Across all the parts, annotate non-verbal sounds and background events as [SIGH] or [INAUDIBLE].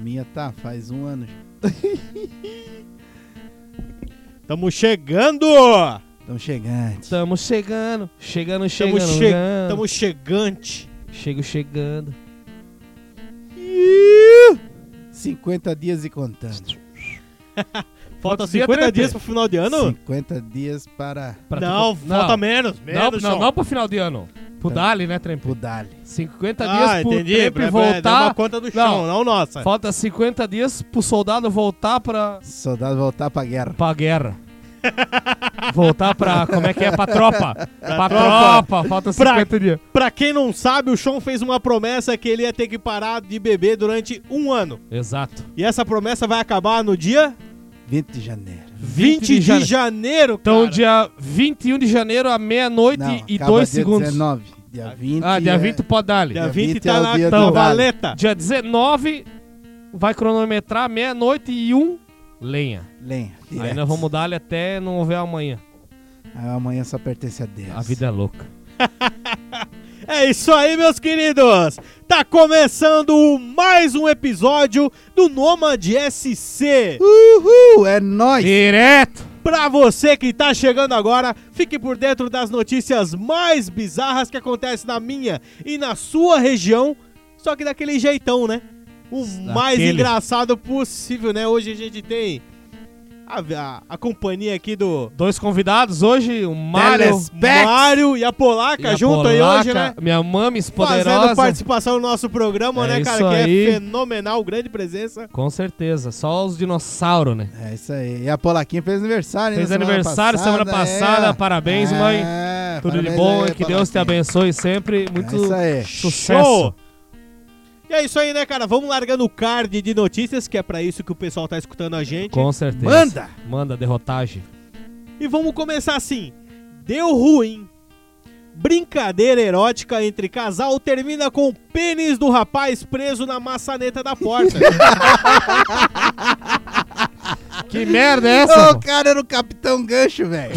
minha tá, faz um ano. já. Tamo chegando! Tão chegante. Tamo chegando, chegando, Tamo, chegando. che chegando. tamo chegante. Chego chegando. 50 dias e contando. Falta Quantos dias, 50 Tremper? dias pro final de ano? 50 dias para Pra tu não, co- falta menos. não, menos não, não, só. pro final de ano. Pro Tá. Dali, né, Tremp? o Dali. 50 Ah, dias pro entendi. Tremp É, é, É uma voltar. conta do chão, não nossa. Falta 50 dias pro soldado voltar pra, Soldado voltar pra guerra. pra guerra. [LAUGHS] voltar pra. Como é que é? [LAUGHS] Pra tropa. tropa. pra tropa. Falta Pra- 50 dias. Pra quem não sabe, o Sean fez uma promessa que ele ia ter que parar de beber durante um ano. Exato. E essa promessa vai acabar no dia 20 de janeiro. 20 de, janeiro, Então, cara. dia 21 de janeiro à meia-noite Não, e acaba 2 dia segundos. 19. Dia 20. ah, dia é- 20 pode dar ali. Dia dia 20 20 tá é o na dia tá do na vale. valeta. Dia 19 vai cronometrar meia-noite e um lenha. Lenha. Aí direto. nós vamos dar ali até não houver amanhã. Aí amanhã só pertence a Deus. A vida é louca. É isso aí, meus queridos. Tá começando mais um episódio do Nomad SC. Uhul! É nóis! Direto! Pra você que tá chegando agora, fique por dentro das notícias mais bizarras que acontecem na minha e na sua região, só que daquele jeitão, né? O mais Daquele. engraçado possível, né? Hoje a gente tem a, a- a companhia aqui do Dois convidados hoje, o Mário Teles- Specs. Mário e a Polaca e a junto aí Polaca, hoje, né? Minha mames Fazendo poderosa. participação no nosso programa, É né, cara? isso Que aí. é fenomenal, grande presença. Com certeza, só os dinossauros, né? É isso aí. E a Polaquinha fez aniversário, né, Fez aniversário semana passada, é. parabéns, mãe. É, Tudo de parabéns bom aí, e que Deus te Polaquinha. abençoe sempre. Muito É isso aí. sucesso. Show! E é isso aí, né, cara? Vamos largando o card de notícias, que é pra isso que o pessoal tá escutando a gente. Com certeza. Manda! Manda derrotagem. E vamos começar assim. Deu ruim. Brincadeira erótica entre casal termina com o pênis do rapaz preso na maçaneta da [LAUGHS] porta. Que merda é Ô, essa? o cara era o Capitão Gancho, [LAUGHS] velho.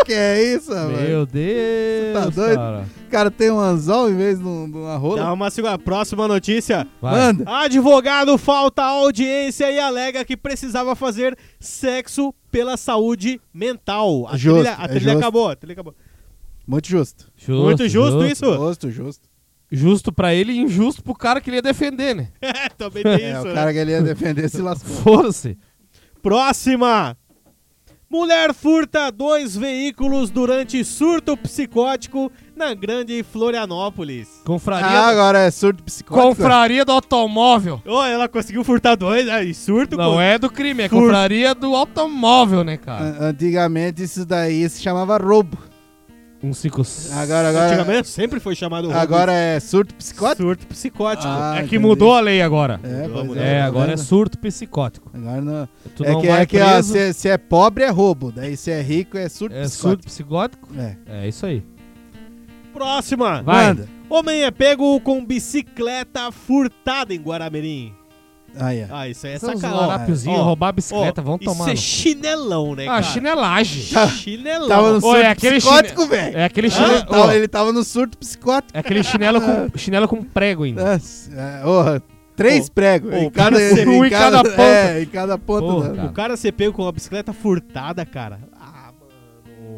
Ô, que é isso, pô? mano? Meu Deus, Tá doido? cara. O cara tem um anzol em vez de, um- de uma rola. Dá uma segunda. Próxima notícia. Vai. Manda. Advogado falta audiência e alega que precisava fazer sexo pela saúde mental. A Justo, trilha, a é trilha justo. acabou, a trilha acabou. Muito justo. Justo, Muito justo, isso? Justo, justo. Justo pra ele e injusto pro cara que ele ia defender, né? É, [LAUGHS] também tem É, isso. o né? cara que ele ia defender se [LAUGHS] lascou. Foda-se. Próxima! Mulher furta dois veículos durante surto psicótico na Grande Florianópolis. Confraria, Ah, agora é surto psicótico. confraria do automóvel. Oh, ela conseguiu furtar dois, aí surto. Não pô. é do crime, é Fur- confraria do automóvel, né, cara? An- Antigamente isso daí se chamava roubo. Um cinco... É. Agora, agora, Antigamente sempre foi chamado roubo. agora é surto psicótico? surto psicótico. Ah, é que entendi. mudou a lei agora. É, pois Vamos, é, É, tá agora é vendo? surto psicótico. Agora não. Tu é não que, vai é que ó, preso, se, se é pobre é roubo, daí se é rico é surto é surto psicótico. psicótico. É. É isso aí. Próxima! Vai. Manda. Homem é pego com bicicleta furtada em Guaramirim. Aí, ó. Ah, isso aí é Esses sacanagem. larápiozinhos, Ó, roubar a bicicleta, Ó, vão tomar. Isso é no- chinelão, né, Ah, cara? chinelagem. Chinelão. Tava no surto é aquele psicótico, chine- velho. É aquele Ele, chinelo. tava, Ô, ele tava no surto psicótico. É aquele chinelo [LAUGHS] com, chinelo com prego ainda. Nossa, é, ô, três Ô, prego. ô, em cada, cara, em um em cada ponta. É, em cada ponta. Porra, da- cara. O cara ser pego com a bicicleta furtada, cara. Ah,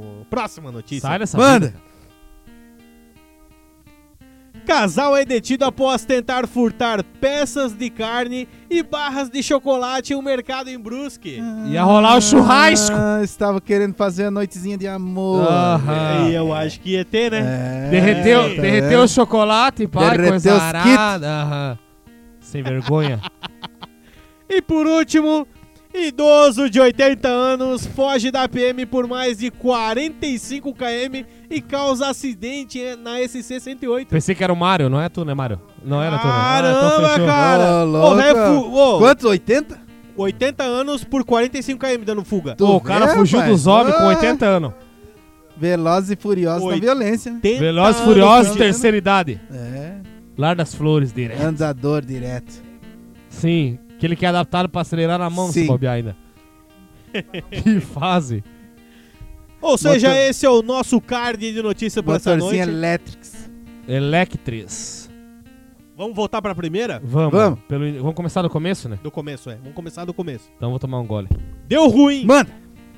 mano. Próxima notícia. Sai dessa Manda. vida, cara. Casal é detido após tentar furtar peças de carne e barras de chocolate em um mercado em Brusque. Ia rolar o churrasco. Ah, estava querendo fazer a noitezinha de amor. Aham. E eu acho que ia ter, né? É, Derreteu, tá derreteu o vendo? chocolate, pá, Derreteu coisa os kits. arada. aham. Sem vergonha. É. E por último, idoso de 80 anos foge da PM por mais de 45 km e causa acidente na SC-108. Pensei que era o Mário, não é tu, né, Mário? Não era tu, né? Ah, então Caramba, fechou. cara! Ô, Ô, velho, louco. fu- ô, Quantos? 80? 80 anos por 45 km dando fuga. Tu Pô, o cara vê, fugiu rapaz? dos homens com Ah, 80 anos. Velozes e furiosos Oito. na violência, né? 80 Veloz, anos furioso, fugindo. Então, terceira idade. É, Lar das flores, direto. andador direto. Sim, aquele que é adaptado pra acelerar na mão, se Sim. bobear [LAUGHS] ainda. que fase. Ou seja, Motor- esse é o é nosso card de notícia para essa noite. Motorzinho Electrics. Electris. Vamos voltar pra primeira? Vamos. Vamos. Pelo- vamos começar do começo, né? Do começo, é. Vamos começar do começo. Então vou tomar um gole. Deu ruim. Manda.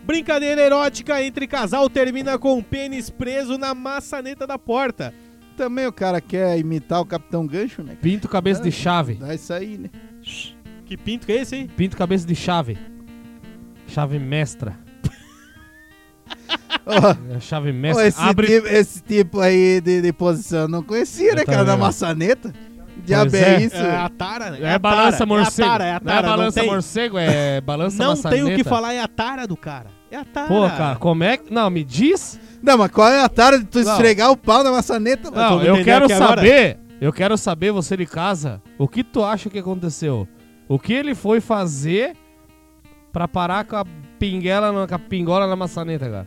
Brincadeira erótica entre casal termina com o pênis preso na maçaneta da porta. Também o cara quer imitar o Capitão Gancho, né? Pinto cabeça de chave. Dá isso aí, né? Que pinto que é esse, hein? Pinto cabeça de chave. Chave mestra. Ó, É Chave ó, mestra. esse, Abre. tipo, esse tipo aí de, de posição eu não conhecia, Eu né, cara? também Da não. maçaneta. Diabo é, é. isso? É a tara, né? É, balança tara, morcego. É a tara, é a Não tara. é balança tem- [LAUGHS] morcego, é balança Não maçaneta. tem o que falar, é a tara do cara. É a tara. Pô, cara, como é que. Não, me diz. Não, mas qual é a tara de tu Não. esfregar o pau na maçaneta? mano? Não, vamos eu entender quero aqui agora. saber. Eu quero saber, você de casa, o que tu acha que aconteceu? O que ele foi fazer pra parar com a pinguela, na- com a pingola na maçaneta, cara?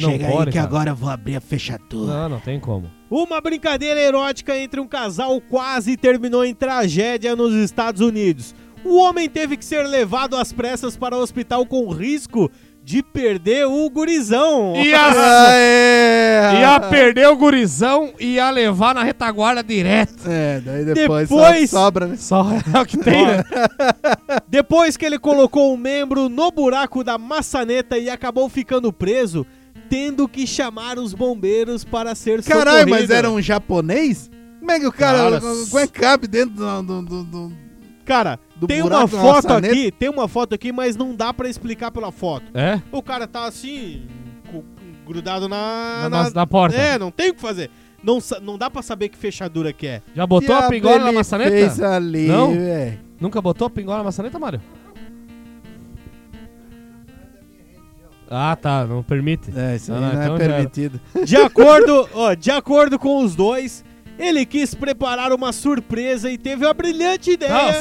Não Chega aí pode, que cara. agora eu vou abrir a fechadura. Não, não tem como. Uma brincadeira erótica entre um casal quase terminou em tragédia nos Estados Unidos. O homem teve que ser levado às pressas para o hospital com risco de perder o gurizão. Ia, Ah, Aê! ia perder o gurizão e ia levar na retaguarda direto. É, daí depois, Depois- Só sobra, né? [LAUGHS] Só é o que tem, né? Depois que ele colocou o membro no buraco da maçaneta e acabou ficando preso, tendo que chamar os bombeiros para ser Caralho, mas socorrido. era um japonês? Como é que o cara, Cara, como é que cabe dentro do... do, do- do- Cara, do tem buraco uma da foto maçaneta? aqui, tem uma foto aqui, mas não dá pra explicar pela foto. É? O cara tá assim, cu- grudado na... Na, na, na porta. É, não tem o que fazer. Não, sa- não dá pra saber que fechadura que é. Já botou a Diabo, pingola na ele maçaneta? fez ali, é. Não? velho. Nunca botou a pingola na maçaneta, Mário? Ah, tá, não permite. É, isso aí Ah, não, então é já era. permitido. De [LAUGHS] acordo, ó, de acordo com os dois, ele quis preparar uma surpresa e teve a brilhante Não, ideia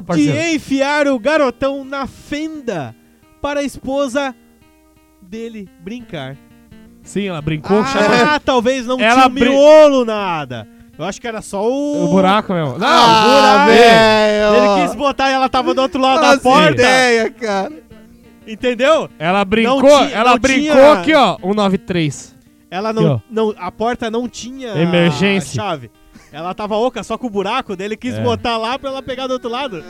de Ah, parceiro. enfiar o garotão na fenda para a esposa dele brincar. Sim, ela brincou, chamou Ah, talvez não Ela tinha o brin- miolo nada. Eu acho que era só o... o buraco mesmo. Não, Ah, o buraco. Ele velho! quis botar e ela tava do outro lado da Nossa porta. ideia, cara. Entendeu? Ela brincou, tinha- ela não brincou tinha- aqui, ó, 193. Ela Aqui, não, não. A porta não tinha a- Emergência. a chave. Ela tava oca, só com o buraco dele, quis É. botar lá pra ela pegar do outro lado.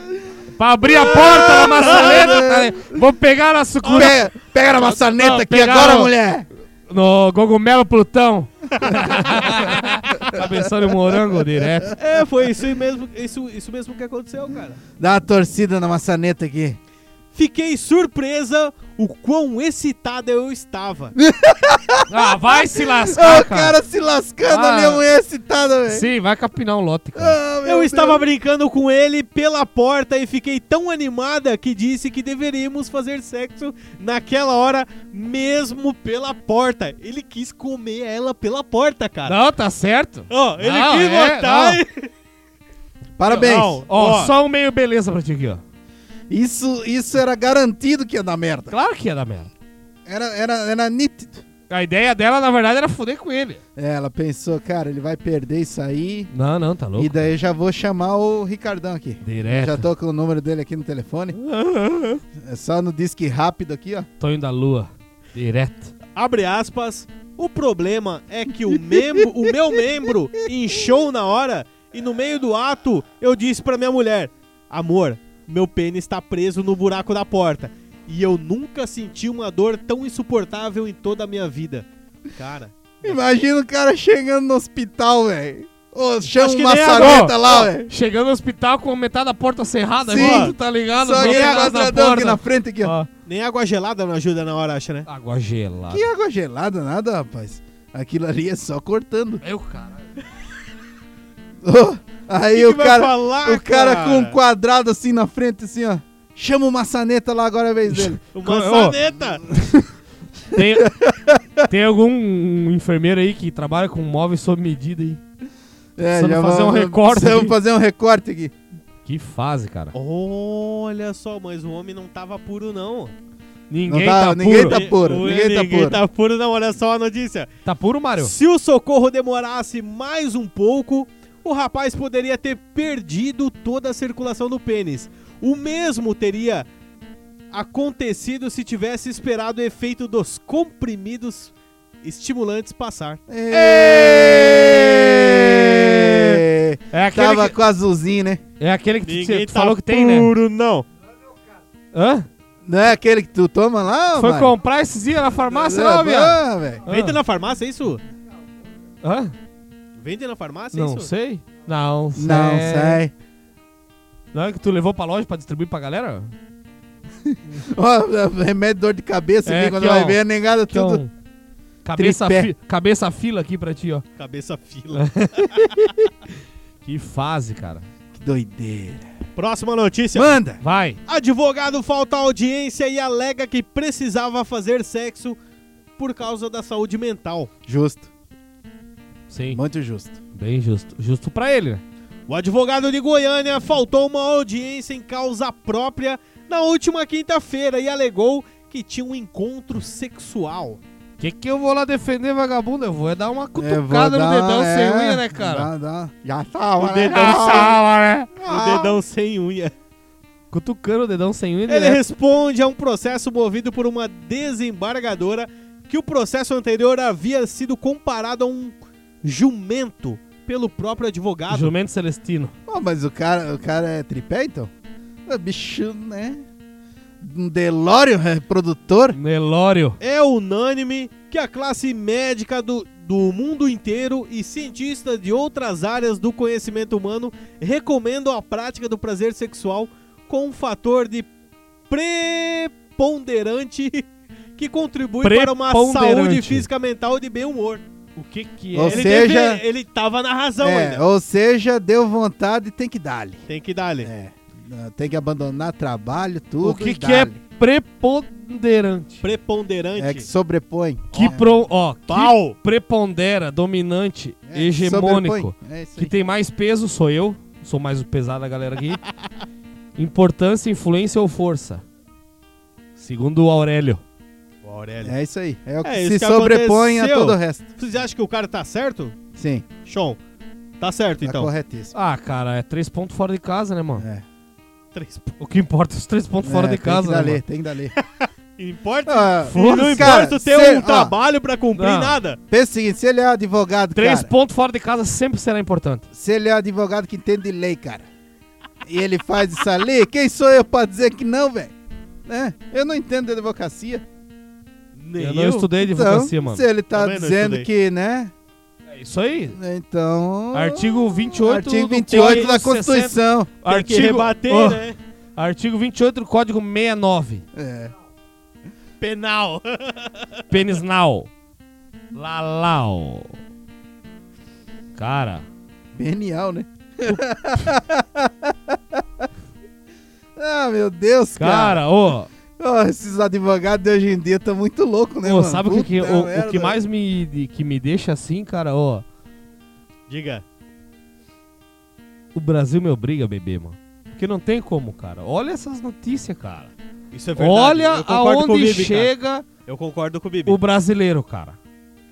Pra abrir a porta na maçaneta, tá ligado? Vou pegar na sucura Pega, pega na maçaneta Não, aqui pegaram- agora, mulher! no cogumelo Plutão. [LAUGHS] Cabeção de morango direto. É, foi isso mesmo, isso, isso mesmo que aconteceu, cara. Dá uma torcida na maçaneta aqui. Fiquei surpresa o quão excitada eu estava. Ah, vai se Ah, lascar, o cara se lascando ali, a Ah. mulher excitada, velho. Sim, vai capinar um lote, cara. Ah, meu Eu estava Deus. brincando com ele pela porta e fiquei tão animada que disse que deveríamos fazer sexo naquela hora, mesmo pela porta. Ele quis comer ela pela porta, cara. Não, tá certo. Ó, ele Não, quis é, botar não. e- Parabéns. Não. Ó, Ó. só um meio beleza pra ti aqui, ó. Isso, isso era garantido que ia dar merda. Claro que ia dar merda. Era, era, era nítido. A ideia dela, na verdade, era foder com ele. É, Ela pensou, cara, ele vai perder isso aí. Não, não, tá louco. E daí já vou chamar o Ricardão aqui. Direto. Já tô com o número dele aqui no [LAUGHS] telefone. É só no disque rápido aqui, ó. Tonho da Lua. Direto. abre aspas, o problema é que o, membro, o meu membro inchou na hora e no meio do ato eu disse pra minha mulher, amor, meu pênis está preso no buraco da porta e eu nunca senti uma dor tão insuportável em toda a minha vida. Cara, Imagina o cara chegando no hospital, velho. Ô, chama Acho que uma nem sareta Ó, lá, ó, velho. Chegando no hospital com metade da porta cerrada, Sim. junto, tá ligado? Só Bota aquele atrás da quadradão aqui na frente, aqui, ó. Ó, nem água gelada não ajuda na hora, acha, né? água gelada. Que água gelada, nada, rapaz. Aquilo ali é só cortando. Meu caralho. Ô, aí Que o que vai cara, falar, o cara, com um cara? quadrado assim na frente, assim, ó. Chama o maçaneta lá agora é a vez dele. Uma Ó. saneta! Tem, [LAUGHS] tem algum enfermeiro aí que trabalha com móveis sob medida aí? É, Precisamos fazer um recorte Precisamos aqui. fazer um recorte aqui. Que fase, cara. Olha só, mas o homem não tava puro não. Ninguém tá- tá, ninguém puro. tá- puro, O- ninguém tá puro. tá puro não, olha só a notícia. Tá puro, Mário? Se o socorro demorasse mais um pouco, o rapaz poderia ter perdido toda a circulação do pênis. O mesmo teria acontecido se tivesse esperado o efeito dos comprimidos estimulantes passar. Ê- É aquele Tava que- com azulzinho, né? É aquele que tu, Ninguém tu tá falou que tem, né? puro, não. Hã? Não é aquele que tu toma lá, Foi mano? comprar esses dias na farmácia, Ah, não, viado? velho. Ah. Vende na farmácia, é isso? Hã? Vende na farmácia, é Não isso? sei. Não sei. Não, é sai. Não é que tu levou pra loja pra distribuir pra galera? Ó, remédio de dor de cabeça É, aqui, quando aqui, vai ó. ver, a negada Que é um tudo. Cabeça, tripé. fi- cabeça fila aqui pra ti, ó. Cabeça fila. [LAUGHS] Que fase, cara. Que doideira. Próxima notícia. Manda! Vai. Advogado falta audiência e alega que precisava fazer sexo por causa da saúde mental. Justo. Sim. Muito justo. Bem justo. Justo pra ele, né? O advogado de Goiânia faltou uma audiência em causa própria na última quinta-feira e alegou que tinha um encontro sexual. Que que eu vou lá defender, vagabundo? Eu vou é dar uma É, vou cutucada no dar- dedão é, sem unha, né, cara? Então, dá- dá. Já tá, O né? dedão Ah, Salva, né? O dedão sem unha. Cutucando o dedão sem unha, Ele né? responde a um processo movido por uma desembargadora que o processo anterior havia sido comparado a um jumento pelo próprio advogado. Jumento Celestino. Ó, mas o cara, o cara é tripé, então? É bicho, né? Um Delório é produtor? Nelório. É unânime que a classe médica do, do mundo inteiro e cientistas de outras áreas do conhecimento humano recomendam a prática do prazer sexual com um fator de preponderante [LAUGHS] que contribui para uma saúde Preponderante. física mental e de bem humor. O que que Ou é? ele seja- deve- ele tava na razão É, ainda. ou seja, deu vontade e tem que dar-lhe. Tem que dar ali. É. Não, Tem que abandonar trabalho, tudo. O que e que é dá-lhe. preponderante? Preponderante. É que sobrepõe. É. Que pro... Ó, que Pau! prepondera, dominante, É, hegemônico. sobrepõe. É isso Que aí. tem mais peso sou eu. Sou mais o pesado da [LAUGHS] galera aqui. Importância, influência ou força? Segundo o Aurélio. O Aurélio. É isso aí. É o que É isso se que sobrepõe a aconteceu. todo o resto. Vocês acham que o cara tá certo? Sim, Sean, tá certo tá então. corretíssimo. Ah, cara, é três pontos fora de casa, né, mano? É. Três O que importa é os três pontos fora É, de casa, Tem que né, dali, mano? tem que dali. [LAUGHS] Importa? Ah, E não cara, importa ter é se- um ó, trabalho pra cumprir Não. nada. Pensa o seguinte, se ele é advogado, Três cara, pontos fora de casa sempre será importante. se ele é advogado que entende de lei, cara, e ele faz isso ali, quem sou eu pra dizer que não, velho? Né? Eu não entendo de advocacia. Nem eu não estudei Então, advocacia, mano. se ele tá Também não dizendo estudei. que, né? É isso aí. Então... Artigo 28 Artigo do 28 Código da Constituição. Tem que Artigo- rebater, Ó. né? Artigo 28 do Código 69. É. Penal. [LAUGHS] Penisnal. Lalau. Cara, Genial, né? [LAUGHS] ah, meu Deus, cara. cara, ô. Ó, esses advogados de hoje em dia estão muito loucos, né, ô, mano? sabe o que, que- Puta o, o merda. que mais me, de- que me deixa assim, cara, ó? Diga. O Brasil me obriga a beber, mano. Porque não tem como, cara. Olha essas notícias, cara. Isso é verdade. Olha Eu concordo com o aonde Bibi, cara. chega Eu concordo com o Bibi. o brasileiro, cara.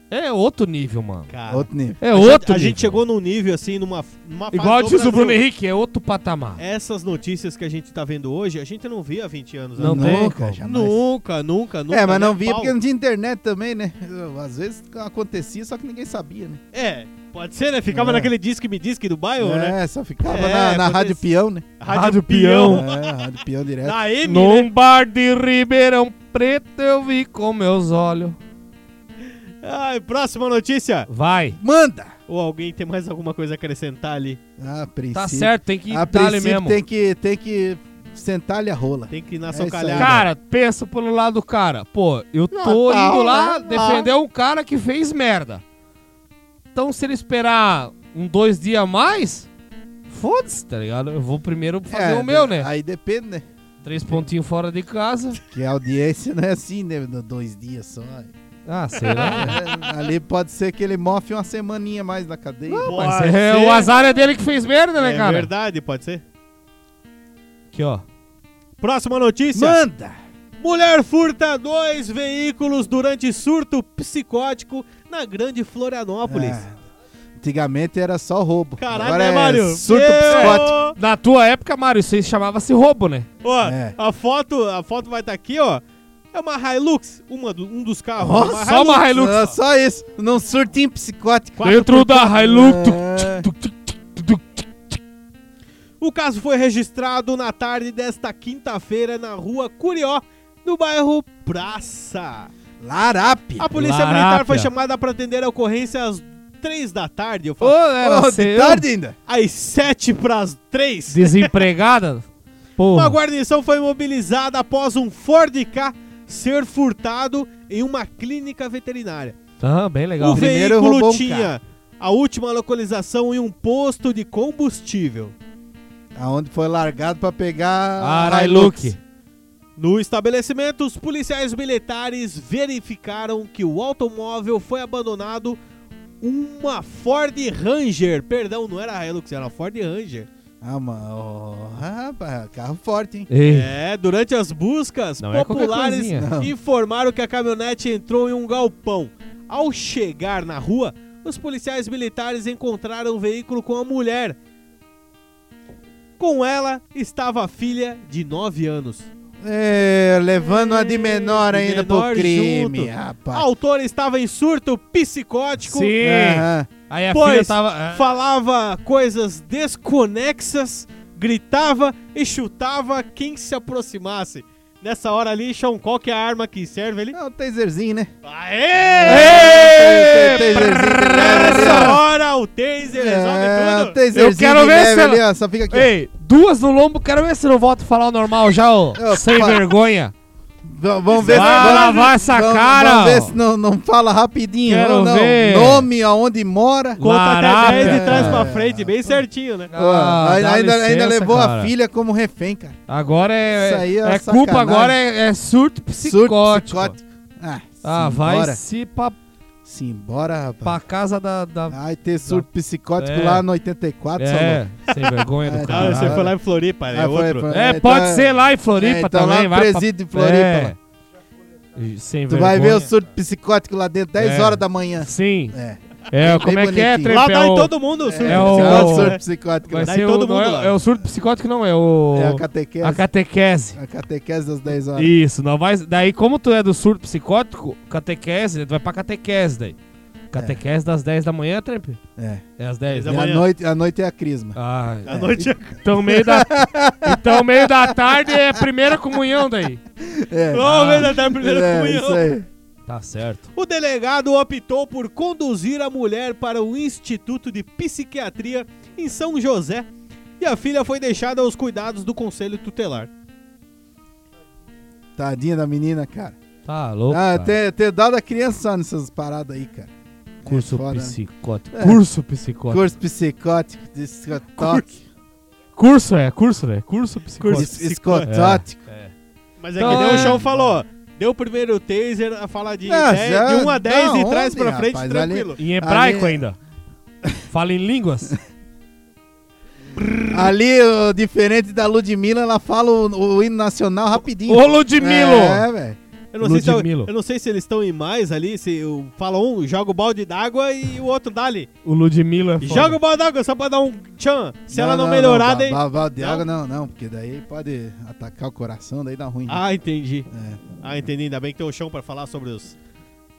É outro nível, mano. Cara, Outro nível. É a gente- outro A nível. gente chegou num nível assim, numa, numa fase do Igual diz o Brasil. Bruno Henrique, é outro patamar. Essas notícias que a gente tá vendo hoje, a gente não via há 20 anos. Não atrás. tem Nunca, como. jamais. Nunca, nunca, nunca. É, mas nem não a via pau. porque não tinha internet também, né? Eu, Às vezes acontecia, só que ninguém sabia, né? É, pode ser, né? Ficava É. naquele disque me disque do bairro, é, né? só ficava É, na, na acontecia. Rádio Peão, né? Rádio Peão. É, Rádio Peão direto. Da M, né? Num bar de Ribeirão Preto eu vi com meus olhos. Ai, próxima notícia. Vai. Manda! Ou alguém tem mais alguma coisa a acrescentar ali? Ah, a princípio. Tá certo, tem que A dar ali princípio mesmo. tem que, tem que sentar-lhe a rola. Tem que ir na É isso socalhada. aí. Cara, pensa pelo lado do cara. Pô, eu tô Ah, tá, indo lá né? defender um cara que fez merda. Então, se ele esperar um dois dias a mais, foda-se, tá ligado? Eu vou primeiro É, fazer o meu, né? Aí depende, né? Três pontinhos fora de [LAUGHS] casa. Que a audiência não é assim, né? No- Dois dias [LAUGHS] só. Ah, sei lá. É, ali pode ser que ele mofe uma semaninha mais na cadeia. Mas Pode é, ser. o azar é dele que fez merda, né, É cara? verdade, pode ser. Aqui, ó. Próxima notícia. Manda! Mulher furta dois veículos durante surto psicótico na Grande Florianópolis. É. Antigamente era só roubo. Caralho, Agora né, é Mário? surto Meu- psicótico. Na tua época, Mário, isso aí chamava-se roubo, né? Ó, É. a foto, a foto vai estar aqui, ó. É uma Hilux, uma do- um dos carros. Ó, Só uma Hilux. Ah, só isso. Num surtinho psicótico. Dentro da Hilux. É. tuc, tuc, tuc, tuc, tuc, tuc, tuc, O caso foi registrado na tarde desta quinta-feira na rua Curió, no bairro Praça. Larape. A polícia Larápia. militar foi chamada para atender a ocorrência às 3 da tarde. Eu Ô, falo, era Ô, tá seu- de tarde ainda. às 7 para as 3. Desempregada? Uma Porra. guarnição foi mobilizada após um Ford K ser furtado em uma clínica veterinária. Ah, bem legal. O Primeiro veículo roubou um tinha a última localização em um posto de combustível Aonde foi largado pra pegar Ah, a Arailuque. No estabelecimento, os policiais militares verificaram que o automóvel foi abandonado uma Ford Ranger. Perdão, não era a Hilux, era a Ford Ranger. Ah, mano. Rapaz, carro forte, hein? Ei. É, durante as buscas, Não é qualquer populares coisinha. Não. informaram que a caminhonete entrou em um galpão. Ao chegar na rua, os policiais militares encontraram o veículo com a mulher. Com ela estava a filha de 9 anos. É, levando a de menor É, De ainda menor pro crime, junto. O rapaz. autor estava em surto psicótico. Sim. Aham. Aí a filha Pois tava. é. falava coisas desconexas, gritava e chutava quem se aproximasse. Nessa hora ali, Sean, qual que é a arma que serve ali? É o taserzinho, né? Tem- tem- tem taserzinho que leva ali, Aê! Nessa ó. hora o taser resolve É, o tudo. taserzinho Eu quero que ver se leva ela- ali, ó, Só fica aqui. Ei, duas no lombo, quero ver se não volta a falar o normal já, ô. Opa. Sem vergonha. V- Vamos ver Vai vamos- lavar essa vamos- cara, Vamos ver ó. se não, não fala rapidinho. Quero não, não. ver. Nome, aonde mora. Lá- Conta até 10 Larápia. e traz pra frente, bem certinho, né? Ó, Ah, ainda, dá ainda- ainda licença, levou a cara. filha como refém, cara. Agora é. Isso aí é é sacanagem. culpa, agora é, é surto Surto psicótico. psicótico. Ah, Ah, vai simbora. se pra, Simbora, rapaz. pra casa da. da... Ai, ter surto psicótico Tá. É. lá no 84, seu é, louco. sem vergonha do Ah, Ah, cara. você foi lá em Floripa, né? Ah, foi- outro. foi- É, Então pode é- ser lá em É, Floripa então lá também, no vai pra- presídio de Floripa, lá. E- Sem Tu vergonha. vai ver o surto psicótico lá dentro, 10 É. horas da manhã. [LAUGHS] Sim. É. É, Bem como é que é, bonitinho. Trepe? Lá é dá em o- todo mundo, surto é o- psicótico, psicótico, né? um surto psicótico. Vai lá. Dá ser em o- todo não é- mundo lá. é o surto psicótico, não, é o. É a catequese. Tá. a catequese. A catequese das 10 horas. Isso, não vai. Daí, como tu é do surto psicótico, catequese, tu vai pra catequese daí. Catequese das 10 da manhã, Tremp? É. É às E 10 da da manhã. a manhã. noite, a noite é a crisma. Ah, A noite é então meio da. Então meio da tarde é a primeira comunhão daí. É, Vamos ver até a primeira é comunhão. isso aí. Tá certo. O delegado optou por conduzir a mulher para o Instituto de Psiquiatria em São José e a filha foi deixada aos cuidados do Conselho Tutelar. Tadinha da menina, cara. Tá louco. ah, cara. ter, ter dado a criança só nessas paradas aí, cara. Curso É foda, né? psicótico. É. Curso psicótico. Curso psicótico, discotótico, Curso é, curso, né? Curso psicótico. dis- escotótico. Mas é Então, que deu é. o chão falou, ó, deu o primeiro taser, a faladinha Ah, de, 10, já- de 1 a 10 da e traz onde, pra frente rapaz? tranquilo. Em hebraico é- Ali- ainda. Fala em [LAUGHS] línguas. Ali, o diferente da Ludmilla, ela fala o, o hino nacional rapidinho. Ô, Ludmilo! É, velho. Eu não, sei se, eu, Ludmilo. eu não sei se eles estão em mais ali, se eu falo um, joga o balde d'água e o outro dali. O Ludmilo é foda. Joga o balde d'água só pra dar um tchan. Se ela não, melhorada melhorar, daí... hein? Baval de Não? água, não, não, porque daí pode atacar o coração, daí dá ruim. Ah, entendi. É. Ah, entendi. Ainda bem que tem o chão pra falar sobre os.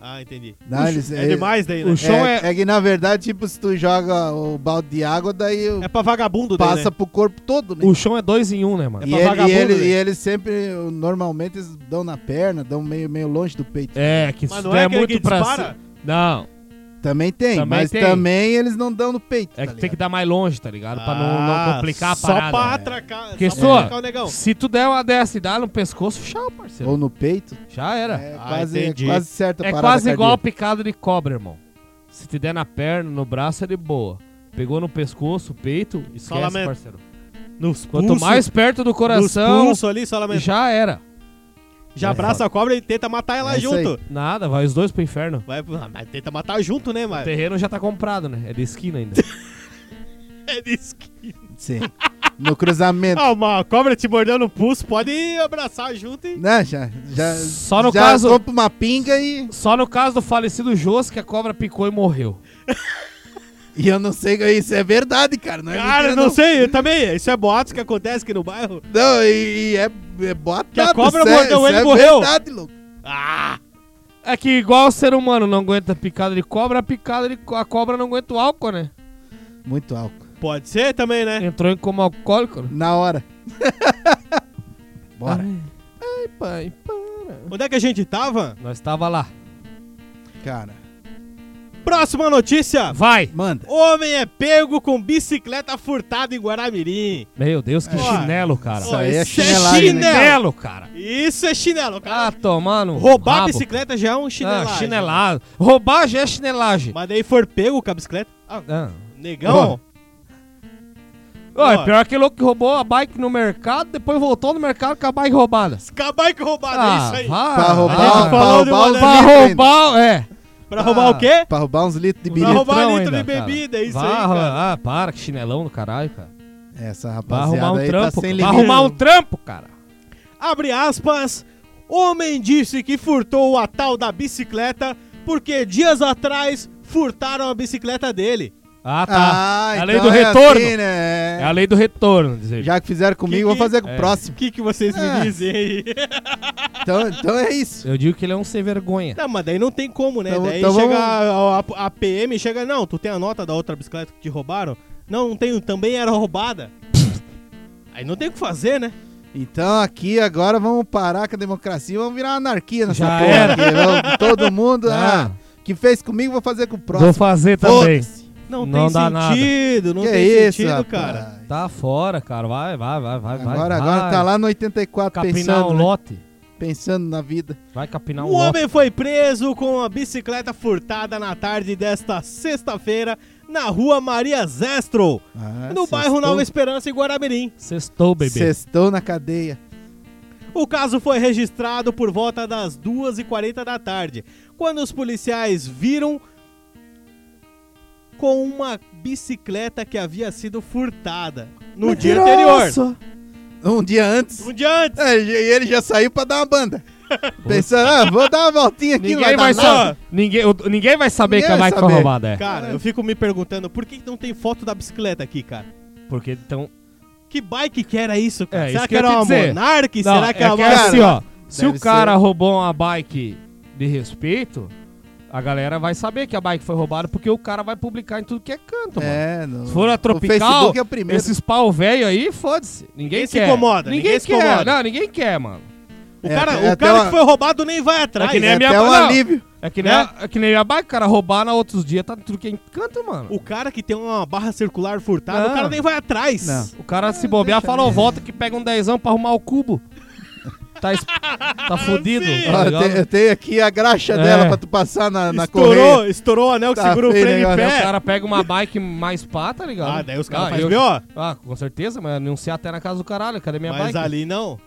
Ah, entendi. Não, Puxa, eles- é, eles- demais daí, né? o chão é, é- é que na verdade, tipo, se tu joga o balde de água, daí o- É pra vagabundo daí, passa né? pro corpo todo, né? O chão é dois em um, né, mano? É e, pra ele- e vagabundo, ele- né? e eles sempre, normalmente, eles dão na perna, dão meio, meio longe do peito. É, que Mas isso não é é aquele muito que pra dispara? Tá cima. Não, é Também tem, Também mas tem. também eles não dão no peito. tá é que tem que ligado? dar mais longe, tá ligado? pra não, não Ah, complicar a só parada. Pra atracar, Porque assim, só só- pra atracar o negão. Se tu der uma dessa e dá no pescoço, tchau, parceiro. Ou no peito. Já era. É Ah, quase, entendi. quase certa É, parada quase igual cardíaca. picado de cobra, irmão. Se te der na perna, no braço, é de boa. Pegou no pescoço, peito, esquece, lamento. parceiro. Nos Quanto pulso, mais perto do Nos coração, pulso ali, só lamenta. Já, já era. é abraça a cobra e tenta matar ela É isso aí. junto. Nada, vai os dois pro inferno. Vai, ah, mas tenta matar junto, né, O mano? terreno já tá comprado, né? É de esquina ainda. [LAUGHS] [LAUGHS] É de esqui. Sim. No [LAUGHS] cruzamento. Ah, uma cobra te mordendo o pulso, pode abraçar junto e. né? Já, já, Só no já caso- compra uma pinga e, Só no caso do falecido Jos que a cobra picou e morreu. e eu não sei isso é verdade, cara. Não é Cara, mentira, não sei, eu também. Isso é boatos que acontece aqui no bairro. Não, e, e é, é bota. Que a cobra isso é- mordeu isso ele e é morreu. verdade, louco. Ah! É que igual o ser humano não aguenta picada de cobra, a picada de co- a cobra não aguenta o álcool, né? Muito álcool. Pode ser também, né? Entrou em como alcoólico. né? Na [LAUGHS] hora. Bora. Ai, ai, pai, para. Onde é que a gente tava? Nós tava lá. Cara, Próxima notícia. Vai! manda. Homem é pego com bicicleta furtada em Guaramirim. Meu Deus, que Ó, chinelo, cara. Isso ó, aí é isso é chinelagem, né? chinelo. Chinelo, cara. Isso é chinelo, Ah, cara. tomando. Roubar a bicicleta já é um chinelagem. Ah, chinelado. Roubar já é chinelagem. Mas daí for pego com a bicicleta. Ah, Ah. negão. Ó, Ó. é pior que louco que roubou a bike no mercado, depois voltou no mercado com a bike roubada. Acabar com roubada, Ah, é isso aí. vá, Pra gente roubar, um- pra falou de roubar uma uns Pra litros ainda. roubar, é. Pra roubar Ah. o quê? Pra roubar uns litros de Pra bilhete. roubar Litrão litro de ainda, cara. bebida, é isso Vá, aí, cara. Ah, para, que chinelão do caralho, cara. Essa Vai arrumar rapaziada um aí trampo. tá sem cara. limite. vai arrumar um trampo, cara. Abre aspas. Homem disse que furtou a tal da bicicleta porque dias atrás furtaram a bicicleta dele. Ah, tá. Ah, é então a lei do é retorno. assim, é. né? a lei do retorno, dizer. Já que fizeram comigo, que- vou fazer com o é. O próximo. que, que vocês Ah. me dizem aí? [LAUGHS] Então, então é isso. Eu digo que ele é um sem vergonha. Tá Não, Tá, mas daí não tem como, né? Então- daí então chega vamos- a, a- a PM e chega, não, tu tem a nota da outra bicicleta que te roubaram? Não, não tenho, também era [LAUGHS] roubada. Aí não tem o que fazer, né? Então aqui agora vamos parar com a democracia, vamos virar anarquia nessa Já porra era. aqui. Vamos- todo mundo ah, Ah. que fez comigo, vou fazer com o Vou próximo. fazer também. Foda-se. Não, Não tem dá nada. sentido, não que tem é isso, sentido, rapaz? cara. Tá fora, cara. Vai, vai, vai, vai. vai, Agora, agora vai. tá lá no 84 Capinar pensando, um né? lote. pensando na vida. Vai capinar um O lote. homem foi preso com a bicicleta furtada na tarde desta sexta-feira na rua Maria Zestro, Ah, no bairro sextou. Nova Esperança, em Guaramirim. Sextou, bebê. Sextou na cadeia. O caso foi registrado por volta das 2h40 da tarde, quando os policiais viram com uma bicicleta que havia sido furtada no dia anterior. Um dia antes. Um dia antes. É, e ele já saiu pra dar uma banda. Pensando, ah, vou dar uma voltinha aqui. Ninguém vai, dar nada. sa- ninguém, o- ninguém vai saber Ninguém que a vai bike foi saber. roubada. É. Cara, eu fico me perguntando por que não tem foto da bicicleta aqui, cara? Porque então. Que bike que era isso, cara? É, Será que, isso que eu era ia te uma dizer. Monarch? Não, Será que é era que uma... é assim, ó. Se deve o cara roubou uma bike de respeito, a galera vai saber que a bike foi roubada, porque o cara vai publicar em tudo que é canto, mano. É, no, Se for a no tropical, Facebook é o primeiro. esses pau velho aí, foda-se. Ninguém Ninguém se quer. incomoda, Ninguém, ninguém se quer. incomoda. Não, ninguém quer, mano. O É, cara, é o até cara uma- que foi roubado nem vai atrás. né? É que nem É a minha até um não. alívio. É que nem, É. a, é que nem a bike, cara. Roubar na outros dias tá em tudo que é canto, mano. O cara que tem uma barra circular furtada, Não. o cara nem vai atrás. Não. O cara se bobear, fala, ó, volta que pega um dezão pra arrumar o cubo. Tá, es- tá fudido. [LAUGHS] Sim. Ah, Ó, tá eu, ligado? tenho, eu tenho aqui a graxa É. dela pra tu passar na, na estourou, correia. estourou o anel que Tá segura o feio freio o em negócio. Aí o pé. cara pega uma bike mais pá, tá ligado? é. Ah, daí os caras Ah, fazem eu- B.O. Ah, com certeza, mas anunciar até na casa do caralho. Cadê minha Mas bike? ali não.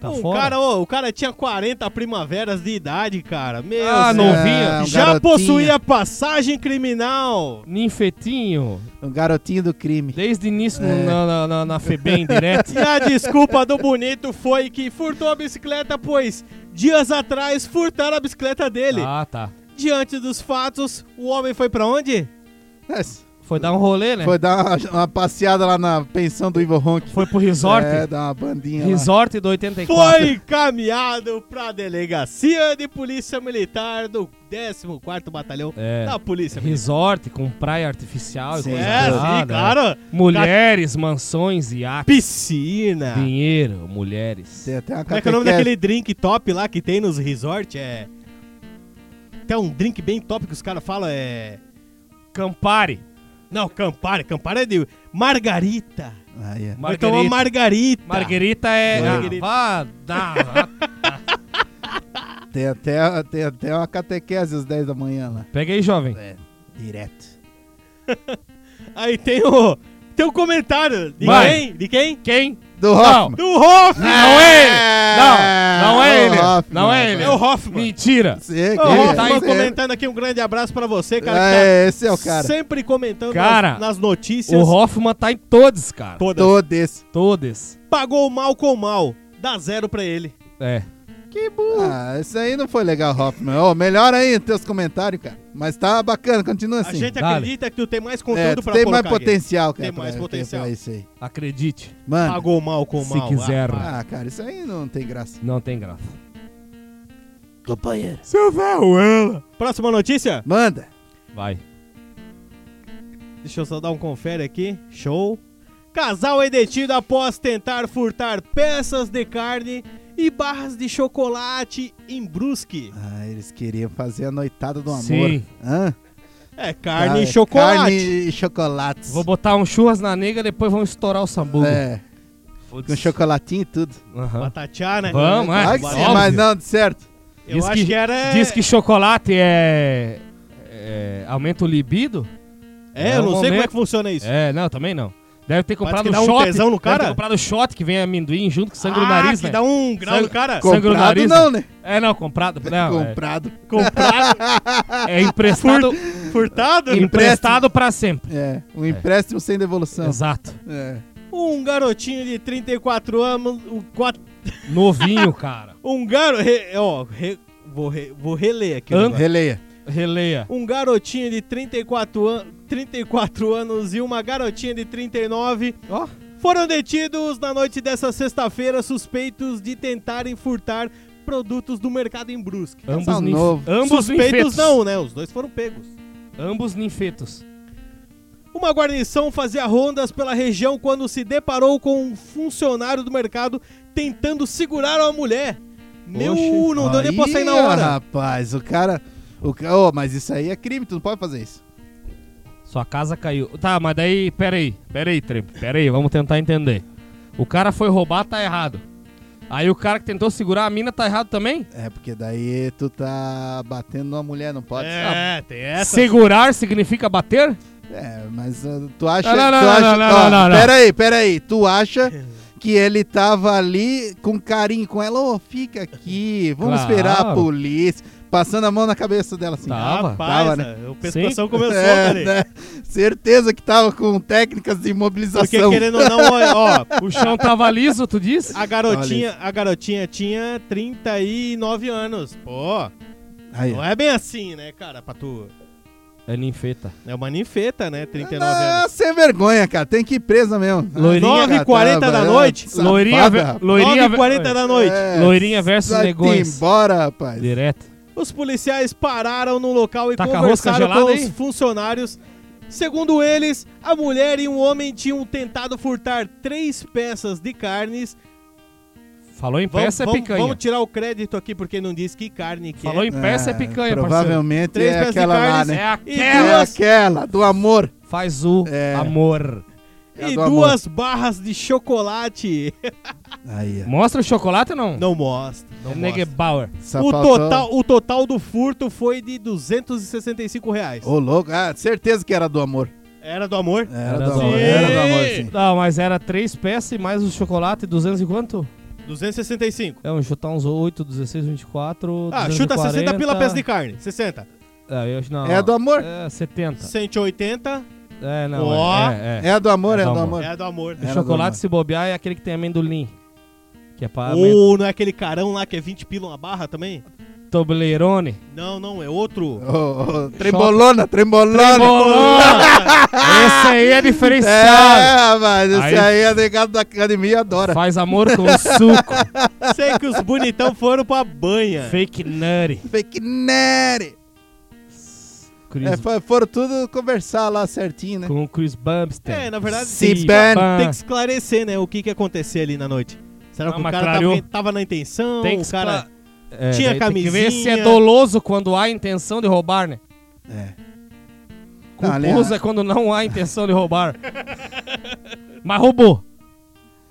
Tá o, fora. cara, é ô, o cara tinha 40 primaveras de idade, cara. Meu Ah, Deus. novinho. Ah, um Já garotinho, possuía passagem criminal. Ninfetinho, Um garotinho do crime. desde o início no- É. na, na, na, na [LAUGHS] Febem direto. E a desculpa do bonito foi que furtou a bicicleta, pois dias atrás furtaram a bicicleta dele. Ah, tá. Diante dos fatos, o homem foi pra onde? Mas Foi dar um rolê, né? Foi, É, Foi dar uma, uma passeada lá na pensão do Ivo Honk. pro resort. É, dar uma bandinha lá. resort do 84. Foi encaminhado pra delegacia de polícia militar do 14º Batalhão É. da Polícia Militar. Resort com praia artificial Sim. e coisa É, arada. sim, claro. Mulheres, mansões, iates, Piscina. dinheiro, mulheres. Ah. Tem até uma Como é que é o nome catequese. daquele drink top lá que tem nos resorts? É. Tem um drink bem top que os caras falam, é. Campari. Tá. Não, Campari. Campari é de margarita. Ah, yeah. Vai tomar Marguerita. margarita. Marguerita é. Marguerita. Ah, vá, dá, vá. tem, até, tem até uma catequese às 10 da manhã lá. Pega aí, jovem. É, direto. Aí tem o. Tem um comentário. De Vai. quem? De quem? Quem? Do Hoffman. Do Hoffman. Não é ele! É, Não, não é o ele! Hoffman, Não é ele! É o Hoffman. Mentira! Você, Ô, que- Hoffman você- comentando aqui, um grande abraço pra você, cara. que tá É, esse é o cara. Sempre comentando Cara, nas, nas notícias. O Hoffman tá em todos, cara. todas. Todo esse. Todas. Pagou mal com mal. Dá zero pra ele. É. Que burro. Ah, isso aí não foi legal, Hoffman. Ô, melhor aí teus comentários, cara. Mas tá bacana, continua assim. a gente dale. acredita que tu tem mais É, conteúdo tu pra tem mais colocar aqui. potencial, cara. Tem mais pra- potencial. pra isso aí. Acredite. Mano, Pagou mal com Se mal. quiser. Ah, ah, cara, isso aí não tem graça. Não tem graça. Companheiro. Seu ferro, ela. pá. Próxima notícia? Manda. Vai. Deixa eu só dar um confere aqui. Show. Casal é detido após tentar furtar peças de carne e barras de chocolate em Brusque. Ah, eles queriam fazer a noitada do amor. Sim. Hã? É, carne Ah, e chocolate. Carne e chocolates. Vou botar um churras na nega, depois vão estourar o sambuco. É, com chocolatinho e tudo. Aham. Batatear, né? Vamos, é. ah, que sim, óbvio. mas não, de certo. Eu acho que era... Diz que chocolate é... é, aumenta o libido? É, É eu o não sei como é momento. que funciona isso. É, não, também não. Deve ter comprado que um dá um shot. tesão no cara? Deve ter comprado shot que vem amendoim junto com sangue no Ah, nariz, que né? dá um grau Sangue- no cara. Sangue no Comprado nariz, não, né? É, não, comprado. Não, é, Comprado. Comprado, é emprestado, furtado. emprestado pra sempre. É, um empréstimo sem devolução. Exato. É. Um garotinho de 34 anos... um quat- Novinho, cara. Um garo... re- Ó, re- vou, re- vou reler aqui. o Anda- negócio. Releia. Releia. Um garotinho de 34, an 34 anos e uma garotinha de 39 Ó. foram detidos na noite dessa sexta-feira suspeitos de tentarem furtar produtos do mercado em Brusque. Ambos, Casal ninf... novo. ambos ninfetos. Suspeitos não, né? Os dois foram pegos. Ambos ninfetos. Uma guarnição fazia rondas pela região quando se deparou com um funcionário do mercado tentando segurar uma mulher. Meu, Oxe. não deu nem pra sair na Aí, hora. Rapaz, o cara. O, ca- Ô, mas isso aí é crime, tu não pode fazer isso. Sua casa caiu. Tá, mas daí, peraí, peraí, Tremp, peraí, vamos tentar entender. O cara foi roubar, tá errado. Aí o cara que tentou segurar a mina tá errado também? É, porque daí tu tá batendo numa mulher, não pode. É, tem essa. Segurar significa bater? É, mas ah, tu acha. Não, não, tu não, acha não, não, ó, não, não. Peraí, peraí. Tu acha É. que ele tava ali com carinho com ela? Ô, fica aqui, vamos Claro. esperar a polícia. Passando a mão na cabeça dela assim. Tá. Tava? Rapaz, Tava, né? o pescoção Sim. começou, É, peraí. né? Certeza que tava com técnicas de imobilização. Porque querendo [LAUGHS] ou não, ó, ó, O chão tava liso, tu disse? a garotinha, a garotinha tinha 39 anos. Pô, Aí, não é bem assim, né, cara, pra tu. É ninfeta. É uma ninfeta, né? 39 Ah, anos. sem vergonha, cara. Tem que ir presa mesmo. Ah, Loirinha. 9h40 da Caramba, noite? é, safada, Loirinha, ve- rapaz. loirinha, ve- 9h40 da noite. É, Loirinha versus sai-te negões. embora, rapaz. Direto. Os policiais pararam no local e Tá com a rosca conversaram com gelada os aí? funcionários. Segundo eles, a mulher e um homem tinham tentado furtar três peças de carnes. Falou em Vamos- peça vamos- é picanha. Vamos tirar o crédito aqui porque não diz que carne que Falou é. em peça é, Ah, picanha, parceiro. Provavelmente Três é peças de aquela lá, carnes, né? É É aquela. duas- aquela, do amor. Faz o É. amor. É a e do amor. duas barras de chocolate. [LAUGHS] Aí, ó. Mostra o chocolate ou não? Não mostra. Não É mostra. Negebauer. Só O faltou- total, o total do furto foi de 265 reais. Ô, É. louco. Ah, certeza que era do amor. Era do amor? Era, Era do do amor. amor. Era do amor, sim. Não, mas era três peças e mais o chocolate, 200 e quanto? 265. É, vamos chutar uns 8, 16, 24. Ah, chuta 60 pila peça de carne. carne. 60. Tá. não, É do amor. É, 70. 180 É, não. Ó. É, é, é. É do amor, É é do do amor. amor. é do É. amor. O Era do amor. chocolate, se bobear, é aquele que tem amendolim. Que é para Ou não é aquele carão lá que é 20 pila uma barra também? Toblerone. [LAUGHS] Não, não, é outro. [LAUGHS] Ô, ô, trembolona, trembolona. Bolona! Esse aí é É, diferenciado. mas esse Aí- aí é negado da academia, É. adora. Faz amor com suco. Sei que os bonitão foram pra banha. Fake nutty. Fake nerd. Chris, É, fo- foram tudo conversar lá certinho, né? Com o Chris Bumster. É, na verdade, Se sim. bem- tem que esclarecer, né? O que que aconteceu ali na noite. Será Ah, que o mas cara tava, clareou. tava na intenção? Tem que o cara... escla- É, Tinha daí Tem que ver se é camisinha. doloso quando há intenção de roubar, né? É. Não, ali- Culposo é quando não há intenção de roubar. Mas roubou.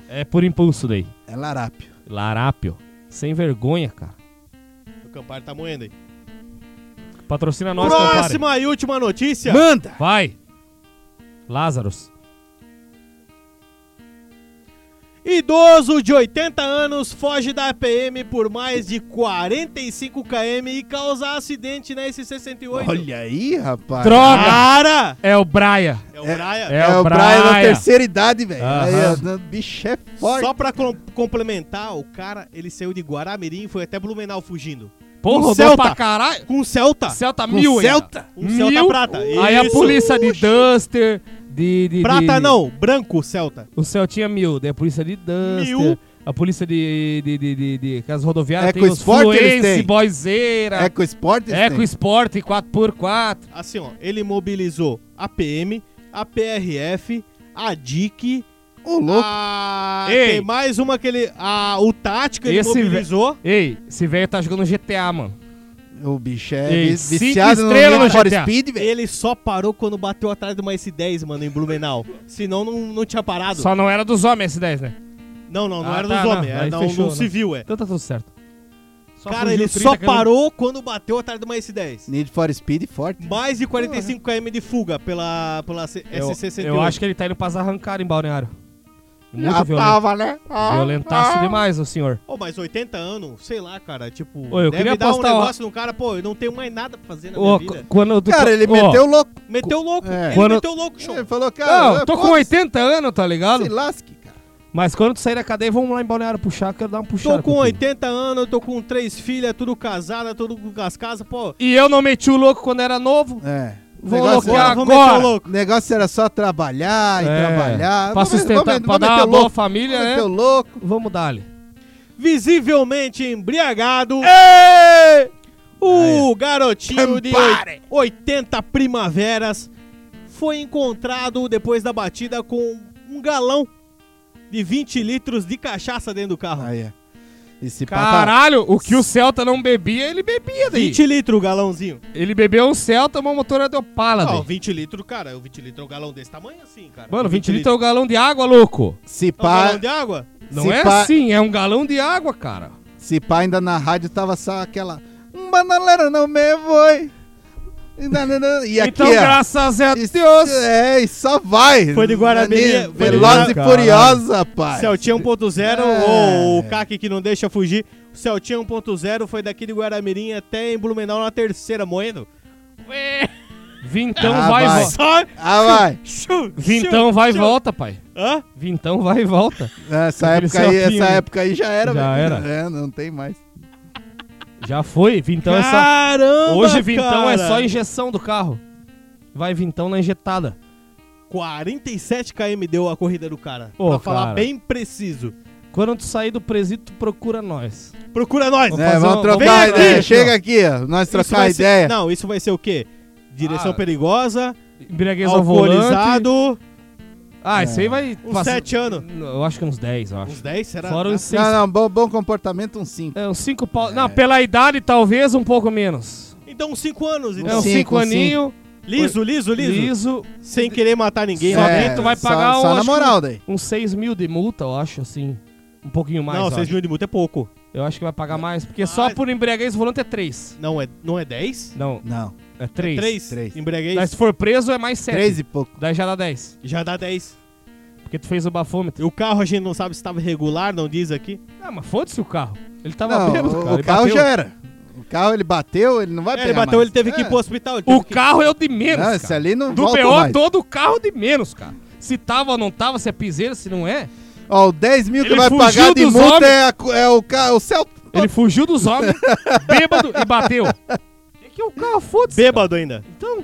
É por impulso daí. É larápio. Larápio. Sem vergonha, cara. O Campari tá moendo aí. Patrocina nós, compadre. Próxima e última notícia. Manda! Vai. Lázaros. Idoso de 80 anos foge da PM por mais de 45 km e causa acidente na SC-108. Olha aí, rapaz. Droga. Cara! É o Braia. É o É- Brian. É, É o o Brian da Brian. terceira idade, velho. Aí, Aham. ó, O bicho é forte. Só pra com- complementar, o cara, ele saiu de Guaramirim e foi até Blumenau fugindo. Porra, Um roubou Celta. pra caralho. Com o Celta. Celta Com mil, ainda. Celta. Um Celta Mil. prata. Aí a Isso. polícia de Duster, de... de- Prata de- não, branco Celta. O Celtinha mil, daí a polícia de Duster, Mil. a polícia de... de, de, de, de, que as rodoviárias Eco tem os Sport eles Fluence, têm. Boizeira, É É Eco Sport? eles Eco têm? Sport 4x4. Assim, ó, ele mobilizou a PM, a PRF, a DIC, Ô, louco. a... Ei. tem mais uma que ele... A... O Tática ele Esse ve- mobilizou. Ei, esse velho tá jogando GTA, mano. O bicho é Ah. Ei, vi- cinco viciado no estrelas Need no for GTA. Speed, velho. Ele só parou quando bateu atrás de uma S10, mano, em Blumenau. Senão não, não tinha parado. Só não era dos homens esse 10, né? Não, não, não Ah, era tá, dos não. homens, era Aí da- um, fechou, um né? civil, é. Então tá tudo certo. Só Cara, fugiu ele 30 só que eu não- parou quando bateu atrás de uma S10. Need for Speed forte. Mais de 45 km de fuga pela, pela C- Eu, SC-108. eu acho que ele tá indo pra arrancar em Balneário. Muito Já violento. tava, né? Ah, Violentaço ah. demais o senhor. Ô, mas 80 anos, sei lá, cara, tipo... Ô, eu deve queria dar um apostar, ó. negócio no cara, pô, eu não tenho mais nada pra fazer na Ô, minha vida. qu- quando, do- Cara, ele ó, meteu o louco. Meteu louco, É. ele Quando- meteu louco, show. Ele falou, cara... né? Não, tô com foda-se, 80 anos, tá ligado? Se lasque, cara. Mas quando tu sair da cadeia, vamos lá em Balneário puxar, quero dar uma puxada. Tô com contigo. 80 anos, tô com três filhas, tudo casada, tudo com as casas, pô. E eu não meti o louco quando era novo. É. O Vou negócio louquear era- vou agora. meter o louco. O negócio era só trabalhar e É, trabalhar. Pra Vamos- sustentar, vamos- pra vamos dar meter uma o boa louco, família, vamos né? meter o louco. Vamos dar ali. Visivelmente embriagado, É. o garotinho de Campari. oi- 80 primaveras foi encontrado depois da batida com um galão de 20 litros de cachaça dentro do carro. Aí, é. Esse papai. Caralho, o que o Celta não bebia, ele bebia daí. 20 litros o galãozinho. Ele bebeu um Celta, uma motora deu pala Ó, daí. 20 litros, cara, o 20 litros é um galão desse tamanho assim, cara. Tá Mano, 20 litros é um galão de água, louco. Se é um galão pá, de água? Não Se é pá- assim, é um galão de água, cara. se pá, ainda na rádio tava só aquela. Um banaleiro não me foi. E na- na- na- E aqui, é. ó. então, graças a Isso- Deus. É, e só vai. Foi de Guarabira, Nani- foi de Veloz e Guarabira. furiosa, pai. Celtinha 1.0 É. ou o CAC que não deixa fugir. O Celtinha 1.0 foi daqui de Guaramirim até em Blumenau na terceira, moendo. Vintão Ah, vai e vai. volta. Só... Ah, vai. Chu, Vintão chu, vai e chu. volta, pai. Hã? Vintão vai e volta. Essa Aquele época, aí, Celtinha. essa época aí já era, Já velho. era. É, não tem mais. Já foi, Vintão é só... Caramba, Hoje Vintão é cara. só injeção do carro. Vai Vintão na injetada. 47 km deu a corrida do cara. Ô, pra falar cara. bem preciso. Quando tu sair do presídio, tu procura nós. Procura nós. Vamos É, fazer um- vamos uma- trocar vem ideia. aqui. Chega aqui, ó. Nós Isso trocar vai ser- ideia. Não, isso vai ser o quê? Direção Ah. perigosa, Embriaguez ao volante. alcoolizado, Ah, isso É. aí vai... Um uns 7 anos. Eu acho que uns 10, eu acho. Uns 10, será? Tá. Fora os 6. Não, não, bom, bom comportamento, um 5. É, uns 5 pau... Não, pela idade, talvez, um pouco menos. Então uns 5 anos. É Então. uns cinco, 5 um aninho, Liso, liso, liso, liso. Sem querer matar ninguém. Só né? que tu vai pagar É, só, um, Só na acho que moral daí. Uns 6 mil de multa, eu acho, assim. Um pouquinho mais, não, eu, 6 acho. mil de multa é pouco. eu acho que vai pagar mais. Porque só Mais. por embriaguez ao volante é 3. Não é, não é 10? Não, Não, é 3. 3? Três. Daí Embriaguez. se for preso é mais 7. 3 e pouco. Daí já dá 10. Já dá 10. Porque tu fez o bafômetro. E o carro a gente não sabe se estava regular, não diz aqui. Ah, mas foda-se o carro. Ele tava Não, bêbado, o, cara. o ele carro bateu. já é- era. O carro ele bateu, ele não vai É, pegar ele bateu, mais. ele teve que É. ir pro hospital. ele teve O que- carro é o de menos, Não, cara. esse ali não Do volta PO mais. todo o carro de menos, cara. Se tava ou não tava, se é piseira, se não é. Ó, o 10 mil que Ele vai fugiu pagar de dos multa homens. é, a co- é o carro, o céu. Ele fugiu dos homens, [LAUGHS] bêbado e bateu. O que, que é o carro? Foda-se. cara. Bêbado ainda. Então.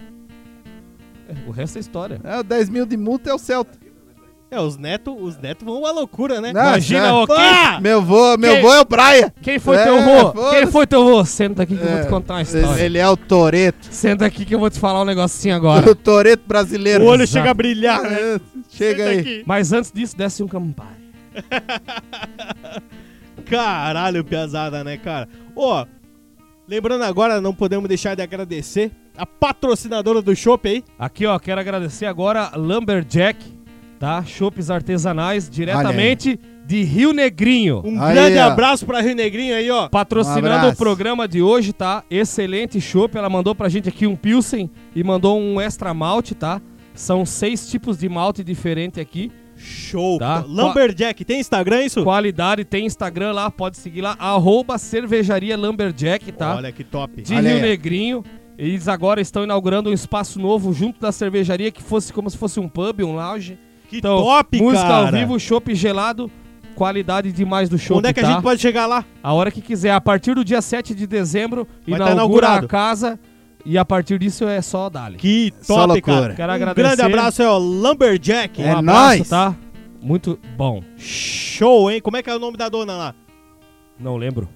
é, O resto é história. É, o 10 mil de multa é o Celta. É, os netos os netos vão à loucura, né? Não, Ah, Imagina, já. ó, Pá! quem, Meu vô, meu Que- vô é o Praia. quem foi É, teu vô? foda-se. Quem foi teu vô? Senta aqui que eu vou É, te contar uma história. Ele é o Toreto. Senta aqui que eu vou te falar [LAUGHS] um negocinho O agora. Toreto brasileiro. O [LAUGHS] olho Exato. chega a brilhar, né? É, Chega Senta aí. aqui. Mas antes disso, desce um Campari. Caralho, pesada, né, cara? Ó, lembrando agora, não podemos deixar de agradecer a patrocinadora do Chopp aí. Aqui, ó, quero agradecer agora a Lumberjack, tá? Chopes artesanais diretamente de Rio Negrinho. Um Aí, grande ó. abraço pra Rio Negrinho aí, ó. Um Patrocinando abraço. o programa de hoje, tá? Excelente chopp. Ela mandou pra gente aqui um Pilsen e mandou um extra malte, tá? São seis tipos de malte diferente aqui. Show. Tá. Tá. Lumberjack, tem Instagram é isso? Qualidade, tem Instagram lá, pode seguir lá. Arroba cervejaria Lumberjack, tá? Olha que top. de Olha Rio aí. Negrinho. Eles agora estão inaugurando um espaço novo junto da cervejaria que fosse como se fosse um pub, um lounge. Que top, Então, música cara. ao vivo, chopp gelado, qualidade demais do show. tá. Onde é que a gente pode chegar lá? A hora que quiser, a partir do dia 7 de dezembro, Vai tá inaugura inaugurado. a casa e a partir disso é só dali. Que top, Só loucura. cara. Quero um agradecer. grande abraço aí, ó. Lumberjack. É abraço, nóis. tá? Muito bom. Show, hein? Como é que é o nome da dona lá? Não lembro.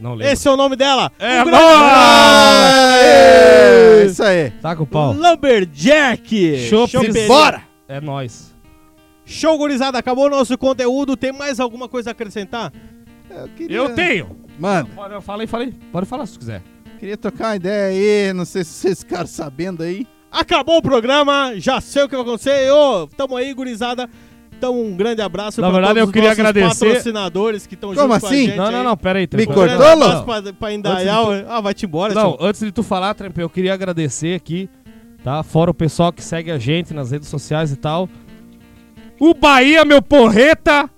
Não lembro. Esse é o nome dela. É, o boa! Ah, É, isso aí. Tá com o pau. Lumberjack. Chope. Choperia. Bora! É nóis. Show, gurizada. Acabou o nosso conteúdo. Tem mais alguma coisa a acrescentar? Eu, queria... Eu tenho. Mano, Olha, eu falei, falei. Pode falar se tu quiser. queria trocar uma ideia aí. Não sei se vocês ficaram sabendo aí. Acabou o programa. Já sei o que vai acontecer. Ô, tamo aí, gurizada. Então, um grande abraço Na pra verdade, todos eu os queria nossos agradecer- patrocinadores que estão junto Como com a assim? gente Não, não, aí. não, pera aí. Me tranquilo. Um grande Cortou, Lô? abraço pra, pra Indaial. Ah, vai-te embora, Não, tio. antes de tu falar, Trempe, eu queria agradecer aqui, tá? Fora o pessoal que segue a gente nas redes sociais e tal. O Bahia, meu porreta,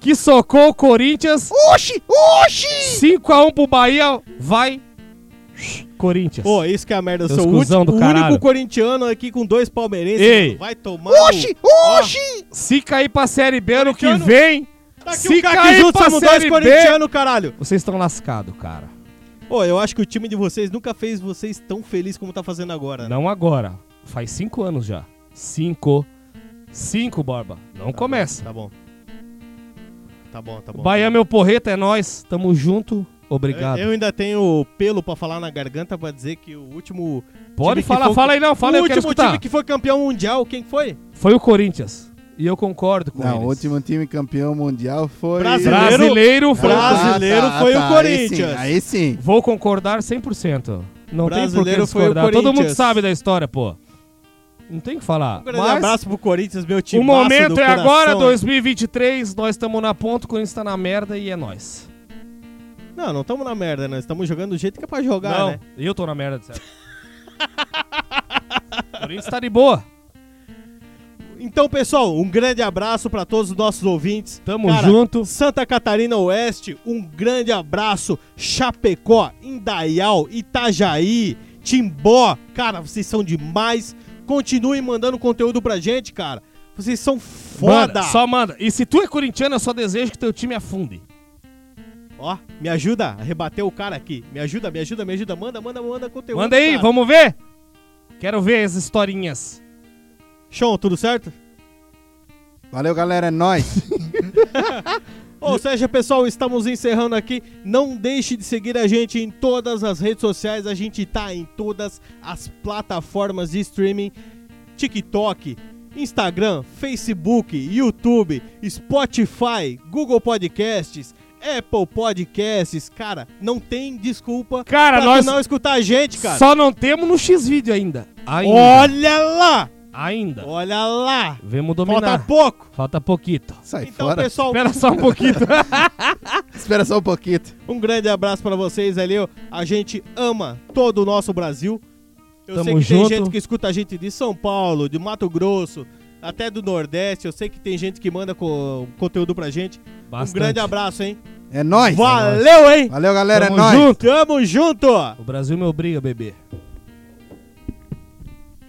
que socou o Corinthians. Oxi! Oxi! 5x1 pro Bahia, vai. Corinthians. Pô, isso que é a merda. Eu Seus sou o, cuzão último- do o caralho. único corintiano aqui com dois palmeirenses. Ei. mano. Vai tomar. um- no- Oxi! Oxi! Se cair pra Série B ano que Corintiano. vem, Tá aqui se o Caqui cair junto, pra somos dois Série B, corintianos, caralho. vocês estão lascados, cara. Pô, eu acho que o time de vocês nunca fez vocês tão felizes como tá fazendo agora. né? Não agora. Faz cinco anos já. Cinco. Cinco, Borba. Não começa. Tá bom. Tá bom, tá bom. Bahia, meu porreta, é nós. Tamo junto. Obrigado. Eu ainda tenho pelo pra falar na garganta pra dizer que o último. Pode time que falar, foi- fala aí não, fala o aí, eu quero último escutar. time que foi campeão mundial, quem que foi? Foi o Corinthians. E eu concordo com Não, eles. o último time campeão mundial foi. Ah, tá, Brasil. Brasileiro foi o Brasil. Corinthians. brasileiro foi o aí sim, Corinthians. Aí sim. Vou concordar 100%. Não tem por que Brasileiro foi o discordar. Todo mundo Corinthians. sabe da história, pô. Não tem o que falar. Um grande Mas abraço pro Corinthians, meu time. o momento é agora, 2023. Nós estamos na ponta, o Corinthians tá na merda e é nós. Não, não estamos na merda, nós estamos jogando do jeito que é pra jogar, Não, né? eu tô na merda, de certo. [LAUGHS] o Corinthians tá de boa. Então, pessoal, um grande abraço pra todos os nossos ouvintes. Tamo junto. Santa Catarina Oeste, um grande abraço. Chapecó, Indaial, Itajaí, Timbó. Cara, vocês são demais. Continuem mandando conteúdo pra gente, cara. Vocês são foda. Manda, só manda. E se tu é corintiano, eu só desejo que teu time afunde. Ó, me ajuda a rebater o cara aqui. Me ajuda, me ajuda, me ajuda. Manda, manda, manda conteúdo. Manda aí, cara. vamos ver? Quero ver as historinhas. Sean, tudo certo? Valeu, galera. É nóis. Ou seja, pessoal, estamos encerrando aqui. Não deixe de seguir a gente em todas as redes sociais. A gente tá em todas as plataformas de streaming: TikTok, Instagram, Facebook, YouTube, Spotify, Google Podcasts, Apple Podcasts. Cara, não tem desculpa Cara, pra tu nós- não escutar a gente, cara. Só não temos no X-Vídeo ainda. Ainda. Olha lá! Ainda. Olha lá! Vemos dominar. Falta Falta, pouco! pouquito. Sai Então, fora. pessoal, Espera só um pouquinho. [LAUGHS] Espera só um pouquinho. Um grande abraço pra vocês ali. ó. A gente ama todo o nosso Brasil. Eu Tamo sei que junto. tem gente que escuta a gente de São Paulo, de Mato Grosso, até do Nordeste. Eu sei que tem gente que manda co- conteúdo pra gente. Um Bastante. grande abraço, hein? É nóis. Valeu, hein? Valeu, galera. Tamo é nóis. junto. Tamo junto! O Brasil me obriga, bebê.